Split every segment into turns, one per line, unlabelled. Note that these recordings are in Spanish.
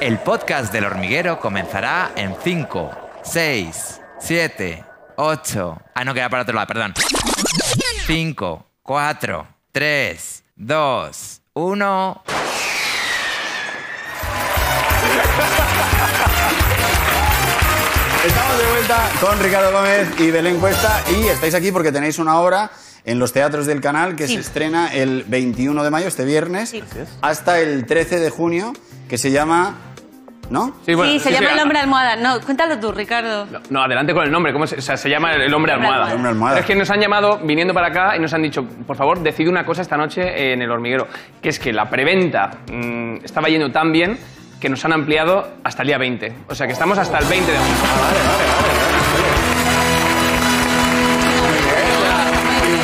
El podcast del hormiguero comenzará en 5, 6, 7, 8. Ah, no, que era para otro lado, perdón. 5, 4, 3, 2, 1.
Estamos de vuelta con Ricardo Gómez y Belén Cuesta y estáis aquí porque tenéis una obra en los teatros del canal que se estrena el 21 de mayo, este viernes, hasta el 13 de junio, que se llama... ¿No?
Sí, bueno,
sí, se
sí,
llama
sí,
el
a-
hombre almohada. No, cuéntalo tú, Ricardo.
No, No, adelante con el nombre. ¿Cómo se, o sea, se llama el hombre almohada.
El
hombre almohada.
Pero es que nos han llamado viniendo para acá y nos han dicho, por favor, decide una cosa esta noche en el hormiguero, que es que la preventa mm, estaba yendo tan bien que nos han ampliado hasta el día 20. O sea, que estamos hasta el 20 de junio.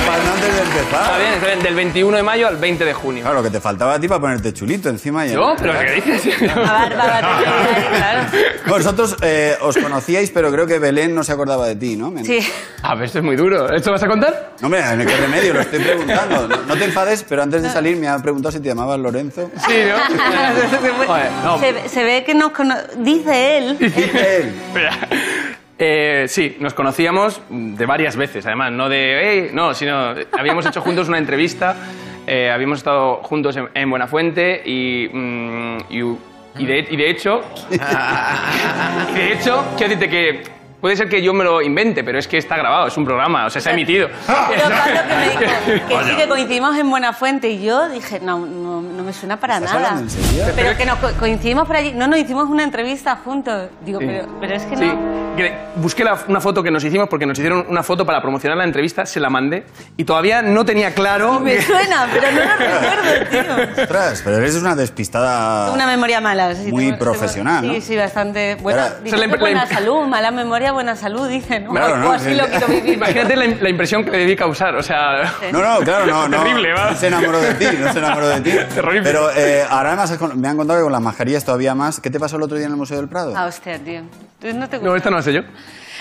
Para antes de empezar.
Está bien, está bien, del 21 de mayo al 20 de junio.
Claro, lo que te faltaba a ti para ponerte chulito encima. Y
¿Yo? ¿Pero qué dices?
Barba, claro.
Vosotros eh, os conocíais, pero creo que Belén no se acordaba de ti, ¿no? Me-
Sí.
A ver, esto es muy duro. ¿Esto vas a contar?
No, hombre, qué remedio, lo estoy preguntando. No, no te enfades, pero antes de salir me ha preguntado si te llamabas Lorenzo.
Sí, ¿no? Joder, no.
Se, se ve que nos cono... Dice él.
Él.
Espera. Eh, sí, nos conocíamos de varias veces, además, no de. "Ey", no, sino. eh, Habíamos hecho juntos una entrevista, eh, habíamos estado juntos en, en Buenafuente y. mm, y, u- y de, y de hecho. y de hecho, quiero decirte que. Puede ser que yo me lo invente, pero es que está grabado, es un programa, o sea, se ha emitido.
Pero Pablo que me dijo que sí que coincidimos en Buenafuente y yo dije, no, no, no me suena para
¿Estás
nada.
hablando en serio?
Pero que nos co- coincidimos por allí. No, nos hicimos una entrevista juntos. Digo,
Sí.
pero, pero es que
Sí,
no.
que busqué la- una foto que nos hicimos porque nos hicieron una foto para promocionar la entrevista, se la mandé y todavía no tenía claro.
Me
que-
suena, pero no lo recuerdo, tío.
Ostras, pero eres una despistada.
Una memoria mala. sí,
Muy
tengo- tengo-
profesional, ¿no?
Sí, sí, bastante. Buena,
Claro.
dice,
Se le-
buena
le-
salud, mala memoria, buena salud, dice, ¿no?
Claro, ¿no?
O así lo quiero vivir.
Imagínate la, la impresión que le debí causar, o sea...
No, no, claro, no. no.
Terrible, va.
No se enamoró de ti, no se enamoró de ti.
Terrible.
Pero eh, ahora además has con- me han contado que con las mascarillas todavía más. ¿Qué te pasó el otro día en el Museo del Prado?
Ah, hostia, tío. Entonces no te gusta.
No, esta no la sé yo.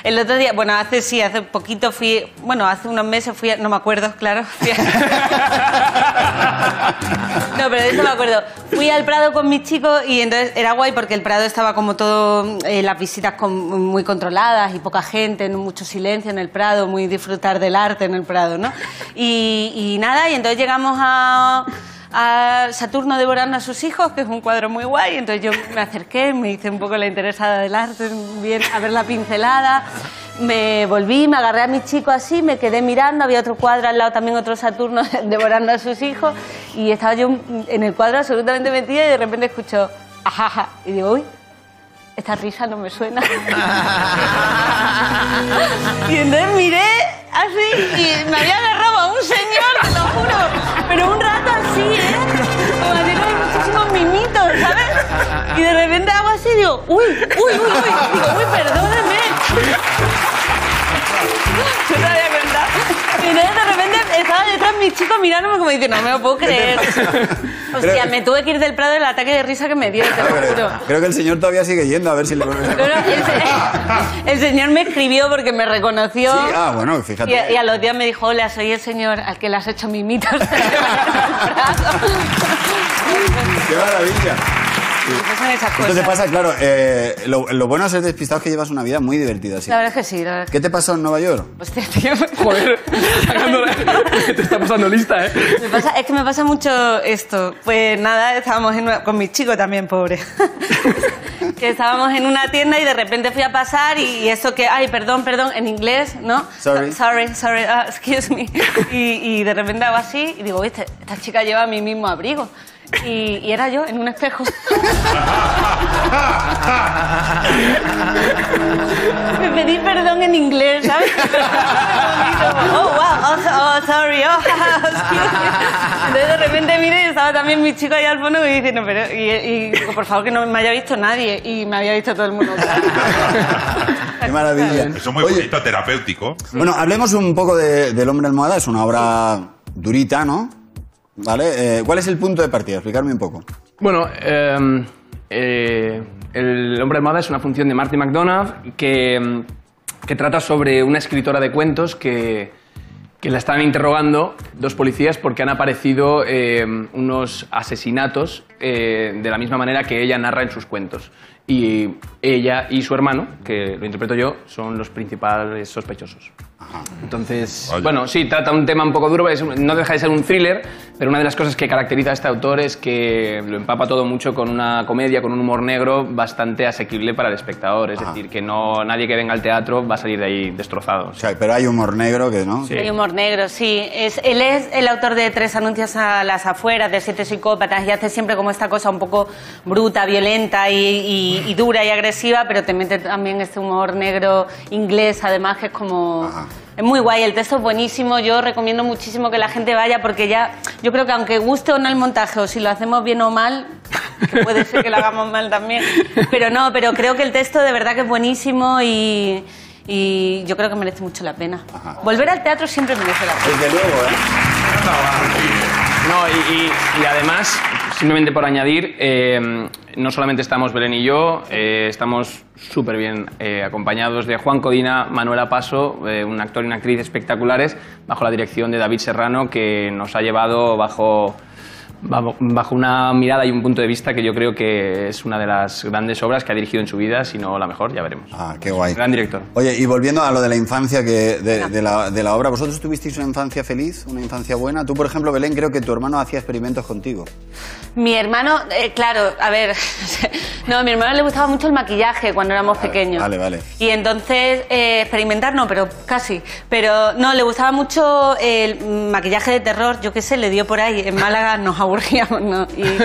El otro día, bueno, hace sí, hace poquito fui, bueno, hace unos meses fui, a- no me acuerdo, claro. fui a- no, pero de eso me acuerdo. Fui al Prado con mis chicos y entonces era guay porque el Prado estaba como todo, eh, las visitas con- muy controladas y poca gente, no- mucho silencio en el Prado, muy disfrutar del arte en el Prado, ¿no? Y, y nada, y entonces llegamos a a Saturno devorando a sus hijos, que es un cuadro muy guay. Entonces yo me acerqué, me hice un poco la interesada del arte, bien, a ver la pincelada. Me volví, me agarré a mi chico así, me quedé mirando, había otro cuadro al lado también, otro Saturno devorando a sus hijos, y estaba yo en el cuadro absolutamente metida y de repente escucho, ajaja, y digo, uy, esta risa no me suena. y entonces miré así y me había agarrado a un señor, te lo juro, pero un rato así, ¿eh? Como así con muchísimos mimitos, ¿sabes? Y de repente hago así y digo, uy, uy, uy, uy, digo, uy, perdóneme. No te había contado. Y entonces de repente estaba detrás mi chico mirándome como diciendo, no me lo puedo creer. Hostia, me tuve que ir del prado del ataque de risa que me dio, te lo
Creo,
juro.
creo que el señor todavía sigue yendo a ver si le vuelves a
No, no, el, se- el señor me escribió porque me reconoció.
Sí, ah, bueno,
Y, a-
fíjate.
y a los días me dijo, hola, soy el señor al que le has hecho mimitos. Esas
¡Qué maravilla!
son esas
Esto te
cosas.
pasa, claro, eh, lo, lo bueno de ser despistado es que llevas una vida muy divertida. ¿sí?
La verdad es que sí, la verdad es que...
¿Qué te pasó en Nueva York?
Hostia, tío.
Joder, sacando la- te está pasando lista, ¿eh?
Me pasa- es que me pasa mucho esto. Pues nada, estábamos en una- con mi chico también, pobre. que estábamos en una tienda y de repente fui a pasar y, y eso que, ay, perdón, perdón, en inglés, ¿no?
Sorry.
Sorry, sorry, ah, excuse me. Y, y de repente hago así y digo, "Oye, esta, esta chica lleva mi mismo abrigo. Y, y era yo en un espejo. Me pedí perdón en inglés, ¿sabes? oh, wow, oh, so- oh, sorry, oh, excuse me. Entonces de repente mire y estaba también mi chico ahí al fondo y dice, no, pero, y, y digo, por favor, que no me haya visto nadie. Y me había visto todo el mundo.
¡Qué maravilla!
Eso es muy
Oye,
bonito, terapéutico.
Bueno, hablemos un poco de, del Hombre Almohada. Es una obra durita, ¿no? ¿Vale? Eh, ¿Cuál es el punto de partida? Explicarme un poco.
Bueno, eh, eh, El hombre almohada es una función de Marty em, McDonagh que, mm, que trata sobre una escritora de cuentos que, que la están interrogando dos policías porque han aparecido eh, unos asesinatos eh, de la misma manera que ella narra en sus cuentos. Y ella y su hermano, que lo interpreto yo, son los principales sospechosos. Entonces,
Vaya.
bueno, sí, trata un tema un poco duro, es un- no deja de ser un thriller, pero una de las cosas que caracteriza a este autor es que lo empapa todo mucho con una comedia, con un humor negro bastante asequible para el espectador. Es decir, que no nadie que venga al teatro va a salir de ahí destrozado.
O sea, pero hay humor negro que no.
Sí.
Hay humor negro, sí. Es, él es el autor de Tres anuncios a las afueras, de Siete psicópatas, y hace siempre como esta cosa un poco bruta, violenta y, y- y dura y agresiva, pero te mete también este humor negro inglés, además, que es como...
Ajá.
Es muy guay, el texto es buenísimo, yo recomiendo muchísimo que la gente vaya porque ya, yo creo que aunque guste o no el montaje, o si lo hacemos bien o mal, que puede ser que lo hagamos mal también, pero no, pero creo que el texto de verdad que es buenísimo y, y yo creo que merece mucho la pena.
Ajá.
Volver al teatro siempre merece la pena.
Desde luego, ¿eh?
No, y, y- y además, simplemente por añadir, eh, no solamente estamos Belén y yo, eh, estamos súper bien eh, acompañados de Juan Codina, Manuela Paso, eh, un actor y una actriz espectaculares, bajo la dirección de David Serrano, que nos ha llevado bajo, bajo- bajo una mirada y un punto de vista que yo creo que es una de las grandes obras que ha dirigido en su vida, si no la mejor, ya veremos.
Ah, qué guay.
Gran director.
Oye, y volviendo a lo de la infancia que de, de la, de la obra, ¿vosotros tuvisteis una infancia feliz, una infancia buena? Tú, por ejemplo, Belén, creo que tu hermano hacía experimentos contigo.
Mi hermano, eh, claro, a ver, no, a mi hermano le gustaba mucho el maquillaje cuando éramos
Vale,
pequeños.
vale, vale.
Y entonces, eh, experimentar no, pero casi. Pero no, le gustaba mucho el maquillaje de terror, yo qué sé, le dio por ahí. En Málaga nos aburríamos, ¿no? Y, y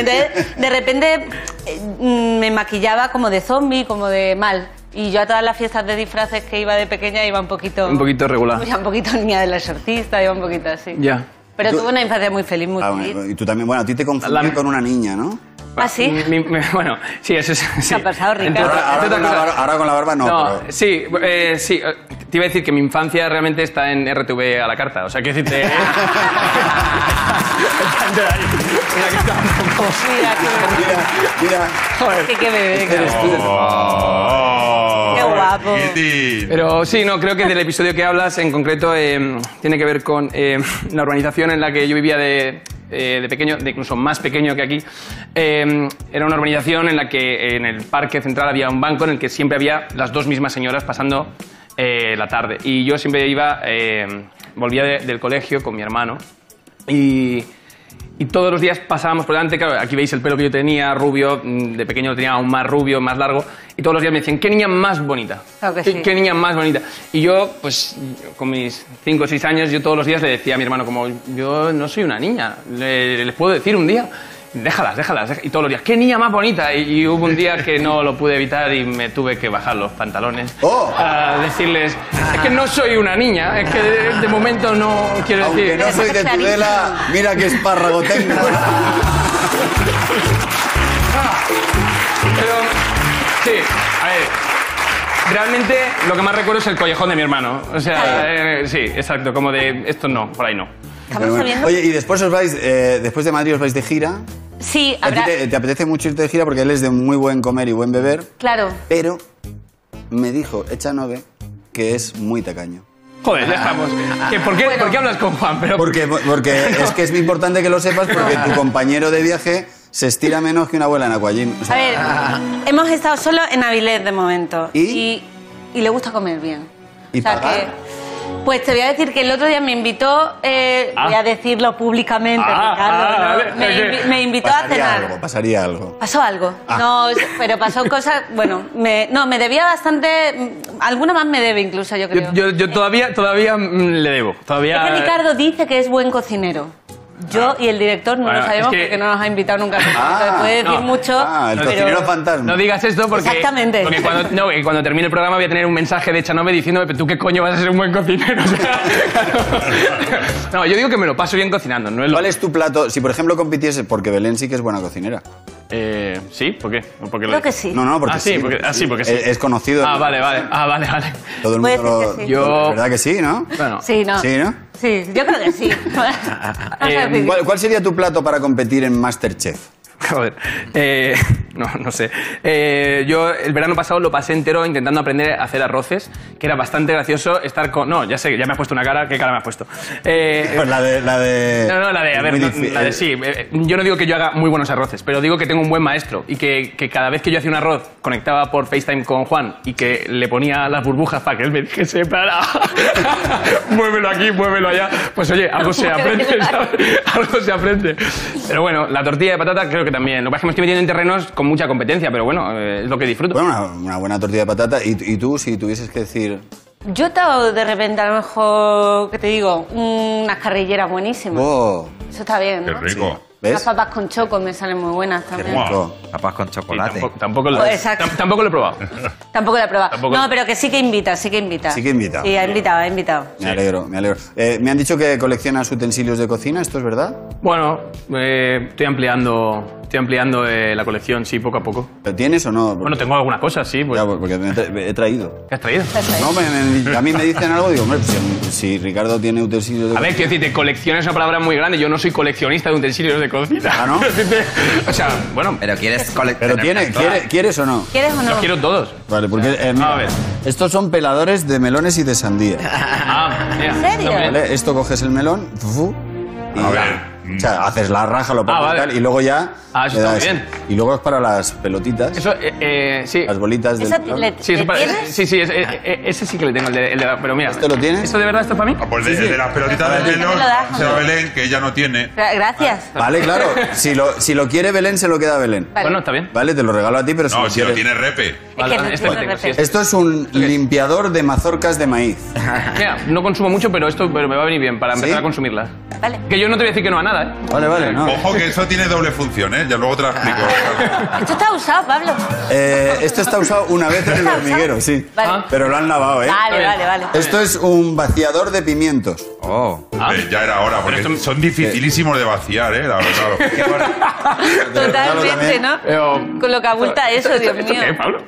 entonces, de repente, eh, mm, me maquillaba como de zombie, como de mal. Y yo a todas las fiestas de disfraces que iba de pequeña iba un poquito...
Un poquito regular.
Iba un poquito niña del exorcista, iba un poquito así.
Ya.
Pero
Tú-
tuve una infancia muy feliz, muy
Ah,
feliz.
bueno, y tú también, bueno, a ti te confundí
La-
con una niña, ¿no?
¿Ah, sí?
Mi- mi- bueno, sí, eso es. sí.
ha pasado, Ricardo?
Entre otra-
Ahora, ahora
entre
con,
otras
la
cosas.
barba, ahora con la barba no,
No,
pero-
sí, eh, sí. eh, Te iba a decir que mi infancia realmente está en RTV a la carta. O sea, que decirte. Mira que está un poco-
Mira, qué bebé.
Mira, mira,
Qué, qué bebé, qué
eres tú.
Oh,
Qué guapo.
Kitty.
Pero sí, no, creo que del episodio que hablas en concreto eh, tiene que ver con eh, la urbanización en la que yo vivía de, eh, de pequeño, de incluso más pequeño que aquí. Eh, era una urbanización en la que en el parque central había un banco en el que siempre había las dos mismas señoras pasando eh, la tarde. Y yo siempre iba, eh, volvía de- del colegio con mi hermano y, y todos los días pasábamos por delante, claro, aquí veis el pelo que yo tenía, rubio, mm, de pequeño lo tenía aún más rubio, más largo, y todos los días me decían, ¿qué niña más bonita?
Claro que
¿Qué,
sí.
qué niña más bonita? Y yo, pues, con mis 5 o 6 años, yo todos los días le decía a mi hermano, como, yo no soy una niña, le- les puedo decir un día. Déjalas, déjalas. déj-". Y todos los días, ¡qué niña más bonita! Y, y hubo un día que no lo pude evitar y me tuve que bajar los pantalones.
¡Oh!
A decirles, es que no soy una niña, es que de, de momento no quiero
Aunque
decir.
no soy de Tudela, mira qué espárrago tengo.
Pero, sí, a ver. Realmente lo que más recuerdo es el collejón de mi hermano. O sea, eh, sí, exacto, como de esto no, por ahí no.
Estamos sabiendo.
Oye, y después os vais, eh, después de Madrid os vais de gira.
sí,
¿A ti
habrá.
te, te apetece mucho irte de gira porque él es de muy buen comer y buen beber,
Claro.
pero me dijo Echanove que es muy tacaño.
Joder, ya estamos. ¿Que por, qué, por qué hablas con Juan? Pero,
Porque, porque es que es importante que lo sepas porque tu compañero de viaje se estira menos que una abuela en Aquajín. O
A
sea,
ver, hemos estado solo en Avilés de momento.
Ah. ¿Y?
y le gusta comer bien.
¿Y pagar?
Pues te voy a decir que el otro día me invitó, eh, voy
Ah.
a decirlo públicamente,
Ah,
Ricardo,
ah,
¿no?
vale.
me, invi- me invitó a
pasaría
cenar.
algo, pasaría algo.
Pasó algo.
Ah.
No, pero pasó cosas. Bueno, me, no, me debía bastante. Alguna más me debe incluso, yo creo.
yo, yo- yo todavía, todavía mm, le debo. Todavía.
Es que Ricardo dice que es buen cocinero. Yo y el director no
Ah. Bueno,
lo sabemos
es que-
porque no nos ha invitado nunca.
Ah,
Entonces puede decir
no.
mucho.
Ah, el
pero-
cocinero fantasma.
No digas esto porque.
Exactamente.
Porque cuando, no, que cuando termine el programa voy a tener un mensaje de Chanove diciéndome, "Pero tú qué coño vas a ser un buen cocinero. O sea, claro. No, yo digo que me lo paso bien cocinando, no es lo.
¿Cuál es tu plato? Si por ejemplo compitiese, porque Belén sí que es buena cocinera.
Eh, ¿Sí? ¿Por qué? ¿Por qué lo
Creo que
dices?
sí.
No, no, porque
Ah, sí, porque- ah, sí, porque sí.
Es, es conocido.
Ah, vale, vale. Ah, vale, vale.
Todo el
Puede
mundo lo-
ser que sí.
Yo-
¿Verdad que sí, no?
Bueno,
Sí, no.
Sí, ¿no?
Sí, yo creo que sí. Vamos a
Eh,
decidir.
¿Cuál, cuál sería tu plato para competir en Masterchef?
joder. Eh, No, no sé. Eh, yo el verano pasado lo pasé entero intentando aprender a hacer arroces, que era bastante gracioso estar con... No, ya sé, ya me has puesto una cara, ¿qué cara me has puesto? Eh,
Pues la de. La de
no, no, la de, a
es
ver,
muy
no,
difícil.
la de sí. eh, Yo no digo que yo haga muy buenos arroces, pero digo que tengo un buen maestro y que, que cada vez que yo hacía un arroz conectaba por FaceTime con Juan y que le ponía las burbujas para que él me dijese, para, muévelo aquí, muévelo allá. Pues oye, algo se aprende, ¿sabes? Algo se aprende. Pero bueno, la tortilla de patata creo que también. Lo que pasa es que me estoy metiendo en terrenos con mucha competencia, pero bueno, eh, es lo que disfruto.
Bueno, una, una buena tortilla de patata. ¿Y, y tú, si tuvieses que decir.
Yo te hago de repente, a lo mejor, ¿qué te digo? Mm, Unas carrilleras buenísimas.
Oh,
Eso está bien,
Qué
¿no?
rico.
Las
¿Ves?
papas con choco me salen muy buenas
Qué
también.
rico.
Papas con
Sí,
chocolate.
tampoco, tampoco lo,
Exacto.
tam- tampoco lo he probado.
Tampoco la he probado.
Tampoco-
No, pero que sí que invita, sí que invita.
Sí que invita.
Sí, ha invitado, ha invitado.
Me alegro, me alegro. Eh, me han dicho que coleccionas utensilios de cocina, ¿esto es verdad?
Bueno, eh, estoy ampliando, estoy ampliando eh, la colección, sí, poco a poco.
¿Lo tienes o no? Porque-
Bueno, tengo algunas cosas, sí. Pues.
Ya, porque me he tra- me he traído.
¿Qué has traído?
No, me- me- a mí me dicen algo, digo, hombre, si, si Ricardo tiene utensilios de
A ver, quiero decirte, colección es una palabra muy grande. Yo no soy coleccionista de utensilios de cocina.
Ah, ¿no?
Quiero decirte, o sea, bueno,
Pero quieres coleccionar.
Pero tiene, ¿quiere- ¿quieres o no?
¿Quieres o no?
los quiero todos.
Vale, porque eh, mira,
A ver.
estos son peladores de melones y de sandía.
Ah, mira.
¿En serio?
No, mira.
¿vale? Esto coges el melón, fufu, y
A
ya.
ver.
O sea, haces la raja, lo pones
Ah, vale.
y tal, y luego ya.
Ah, eso
le
está
das-
bien.
Y luego es para las pelotitas,
Eso, eh, eh, sí.
las bolitas del
¿Eso ti-
melón.
le-
Sí, eso
¿le
para-
tienes?
sí, sí, es- eh, eh, ese sí que le tengo, el de, el de la- pero mira.
¿Este lo tienes?
¿Esto de verdad esto es para mí?
Ah, Pues de, de las pelotitas
Pero
de
sí que me
melón
lo das,
se va
¿no?
Belén, que ella no tiene.
Gra- Gracias.
Vale, claro. Si lo, si lo quiere Belén, se lo queda Belén.
Vale.
Bueno, está bien.
Vale, te lo regalo a ti, pero si
No,
lo
si lo
quieres.
tiene repe.
Es
Vale,
que no
este
tengo
lo tengo, sí,
referencia.
Esto es un limpiador de mazorcas de maíz.
Mira, no consumo mucho, pero esto pero me va a venir bien para empezar
¿Sí?
a consumirla.
Vale.
Que yo no te voy a decir que no a nada, ¿eh?
Vale, vale, no.
Ah.
Ojo que eso tiene doble función, ¿eh? Ya luego te la explico.
Esto está usado, Pablo.
Eh, esto está usado una vez en el hormiguero, sí.
Vale.
Ah.
Pero lo han lavado, ¿eh?
Vale,
Está
vale,
bien.
vale.
Esto es un vaciador de pimientos.
Oh.
Ah.
Eh, ya era hora, porque
Pero esto-
son dificilísimos de vaciar, ¿eh? La verdad.
Totalmente,
también.
¿no?
Pero-
Con lo que abulta eso, Dios
Eh, ¿Esto
mío.
qué, Pablo?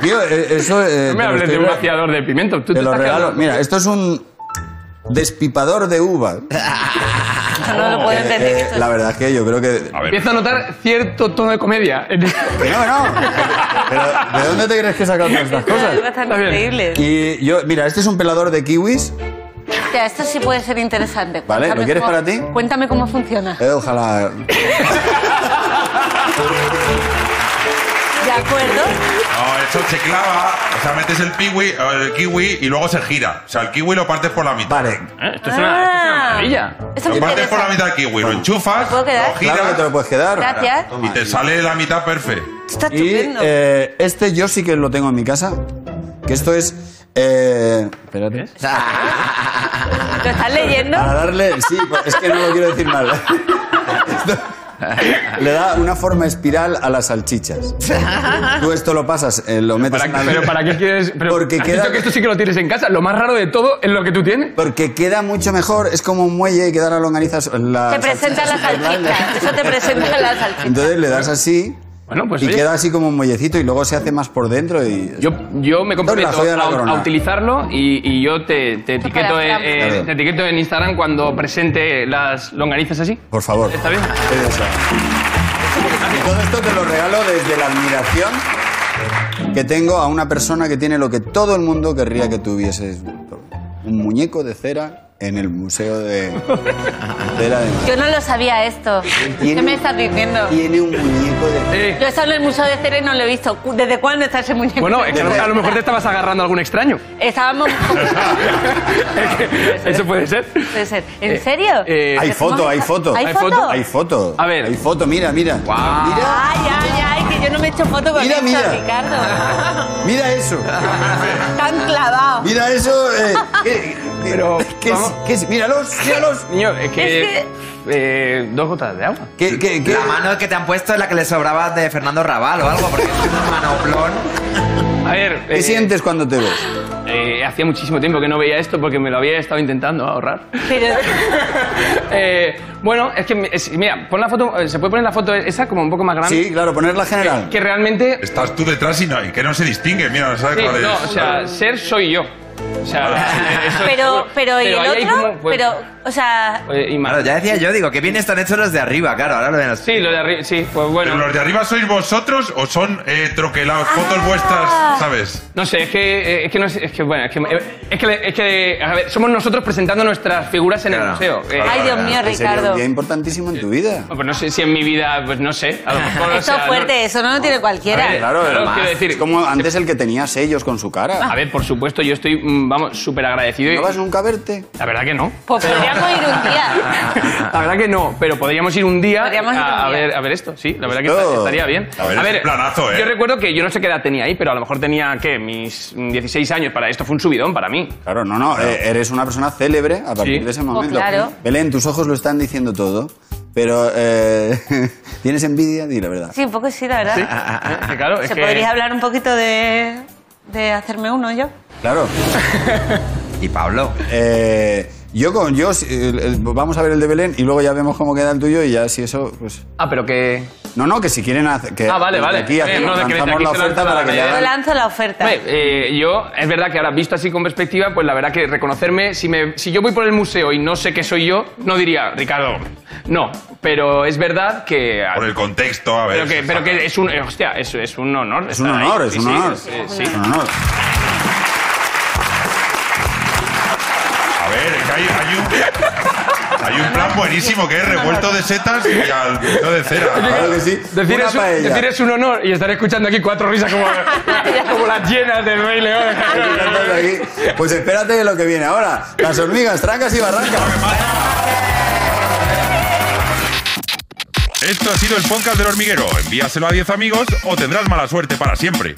Tío, eh, eso. eh,
No me
te lo
hables
estoy
de un
re-
vaciador de pimientos. Tú
Te lo
estás quedando-
regalo. Mira, esto es un despipador de uva.
Esto no lo puedo entender.
Eh,
esto
la verdad es que yo creo que.
A ver.
Empiezo a notar cierto tono de comedia. en-
Que no, que no. Pero, ¿de dónde te crees que sacamos estas cosas?
es bastante
Está bien.
increíble.
Y yo, mira, este es un pelador de kiwis.
O sea, esto sí puede ser interesante.
Vale, ¿lo
Cuéntame
quieres
cómo-
para ti?
Cuéntame cómo funciona.
Eh, ojalá.
De acuerdo.
No, eso se clava, o sea, metes el kiwi, el kiwi y luego se gira. O sea, el kiwi lo partes por la mitad.
Vale,
¿Eh? Esto es una, esto es una
Ah.
maravilla.
Esto me
Lo partes por la
interesa.
mitad del kiwi, lo enchufas,
¿Puedo quedar?
lo giras
claro que te lo puedes quedar.
Gracias.
y
Toma.
te sale la mitad perfecta.
Está
Y
estupendo.
eh, este yo sí que lo tengo en mi casa. Que esto es. eh, espérate.
¿Lo estás leyendo?
Para darle. Sí, es que no lo quiero decir mal. Esto Le da una forma espiral a las salchichas. Tú esto lo pasas, eh, lo metes
¿Para
en
qué-
la
pero para qué quieres. Pero,
Porque
¿has
queda-
visto que esto sí que lo tienes en casa. Lo más raro de todo es lo que tú tienes.
Porque queda mucho mejor, es como un muelle y queda la longaniza. La
Te presenta la salchicha. Eso te presenta la salchicha.
Entonces le das así.
Bueno, pues
y
oye.
queda así como un muellecito y luego se hace más por dentro y.
Yo, yo me comprometo
la joya de la
a,
corona.
a utilizarlo y, y yo te, te
Esto para
etiqueto, en-
Fran.
eh,
Claro.
te etiqueto en Instagram cuando presente las longanizas así.
Por favor.
¿Está bien?
Es esa. Y todo esto te lo regalo desde la admiración que tengo a una persona que tiene lo que todo el mundo querría que tuviese. Un muñeco de cera en el Museo de Cera de Madrid.
Yo no lo sabía esto. ¿Qué me estás diciendo?
Tiene un muñeco de cera.
Eh,
Yo he estado en el Museo de Cera y no lo he visto. ¿Desde cuándo está ese muñeco?
bueno, es que a lo- a lo mejor te estabas agarrando a algún extraño.
Estábamos...
Eso puede ser.
Puede ser. ¿En
Eh,
serio?
eh,
Hay foto, hay foto.
¿Hay
¿Hay
foto?
foto?
Hay foto.
A ver.
Hay foto, mira, mira.
Guau.
Mira,
Ay, ay, ay, que yo no me he hecho foto con
Mira,
esto,
mira.
Ricardo.
mira eso.
Tan clavado.
Mira eso. eh, ¿qué- qué-
Pero,
qué es-
vamos.
qué es? Míralos, míralos.
Niño, es que.
Es
eh, dos gotas de agua.
¿Qué, qué, qué?
La mano que te han puesto es la que le sobraba de Fernando Raval o algo, porque es un manoplón.
A ver.
¿Qué
eh,
sientes cuando te ves?
eh, hacía muchísimo tiempo que no veía esto porque me lo había estado intentando ahorrar.
Pero...
Eh, bueno, es que, es- mira, pon la foto, eh, se puede poner la foto esa como un poco más grande.
Sí, claro, ponerla general.
Que realmente.
Estás tú detrás y, no- y que no se distingue, mira, no sabes
Sí,
cuál es.
no, o sea, ser soy yo. O sea, eso
Pero,
seguro.
pero, ¿y el
ahí hay
otro?
como- pues,
pero, o sea,
eh, y más.
Claro, ya decía yo, digo, que bien están hechos los de arriba, claro, ahora lo de los...
Sí, lo de arriba, sí, pues
¿Pero
bueno.
los de arriba sois vosotros o son eh, troquelados,
Ah.
fotos vuestras, ¿sabes?
No sé, es que, eh, es que no sé, es que bueno, es que, eh, es que, es que, a ver, somos nosotros presentando nuestras figuras en el
Claro.
museo. Eh,
ay Dios
Ahora,
mío,
Que sería
Ricardo.
un día importantísimo en tu vida.
Pues no sé si en mi vida, pues no sé. A lo mejor, o
Esto
sea,
es fuerte,
no-
eso no lo tiene cualquiera.
A ver,
Claro,
Claro,
además,
quiero decir-
es como antes el que tenía sellos con su cara.
A ver, eh, por supuesto, yo estoy, mm, vamos, súper agradecido. y-
¿No vas nunca a verte?
La verdad que no.
Pues podríamos ir un día.
La verdad que no, pero podríamos ir un día,
Podríamos ir un
a, a
día.
ver, a ver esto, sí, la verdad que
Esto-
esta- estaría bien.
A ver, es un planazo, ¿eh?
Yo recuerdo que yo no sé qué edad tenía ahí, pero a lo mejor tenía, ¿qué? Mis mm, 16 años, para esto fue un subidón para mí.
Claro, no, no, eh, eres una persona célebre a partir
Sí.
de ese momento.
claro.
Belén, tus ojos lo están diciendo todo, pero eh, ¿tienes envidia? Di la verdad.
Sí, un poco sí, la verdad.
Ah,
Es que ¿Eh? claro, es
¿Se
que...
podría hablar un poquito de, de hacerme uno yo?
Claro.
Y Pablo.
Eh, yo con yo eh, el- vamos a ver el de Belén y luego ya vemos cómo queda el tuyo y ya si eso pues
Ah, pero que...
no no que si quieren hace- que
Ah, vale,
desde
vale.
aquí hace-
Eh, no, de que desde
lanzamos
aquí
la
se lanza
oferta
la
para que le
idea.
Yo
hagan
lanzo la oferta.
Hombre, eh, yo, es verdad que ahora visto así con perspectiva, pues la verdad que reconocerme, si, me, si yo voy por el museo y no sé qué soy yo, no diría, Ricardo, no. Pero es verdad que...
Por el contexto, a ver.
Pero que, pero que es un... eh, Hostia, es, es un honor.
Pues es un
estar ahí.
honor es
Sí,
un
sí,
honor
sí, sí.
es un honor
A ver, que hay, hay un... Hay un plan buenísimo que es revuelto de setas y al museo de cera.
claro que sí
Decir
una
es, un,
paella.
decir es un honor y estaré escuchando aquí cuatro risas como, como las llenas del Rey León.
Aquí. Pues espérate de lo que viene ahora. Las hormigas, trancas y barrancas.
Esto ha sido el podcast del hormiguero. Envíaselo a 10 amigos o tendrás mala suerte para siempre.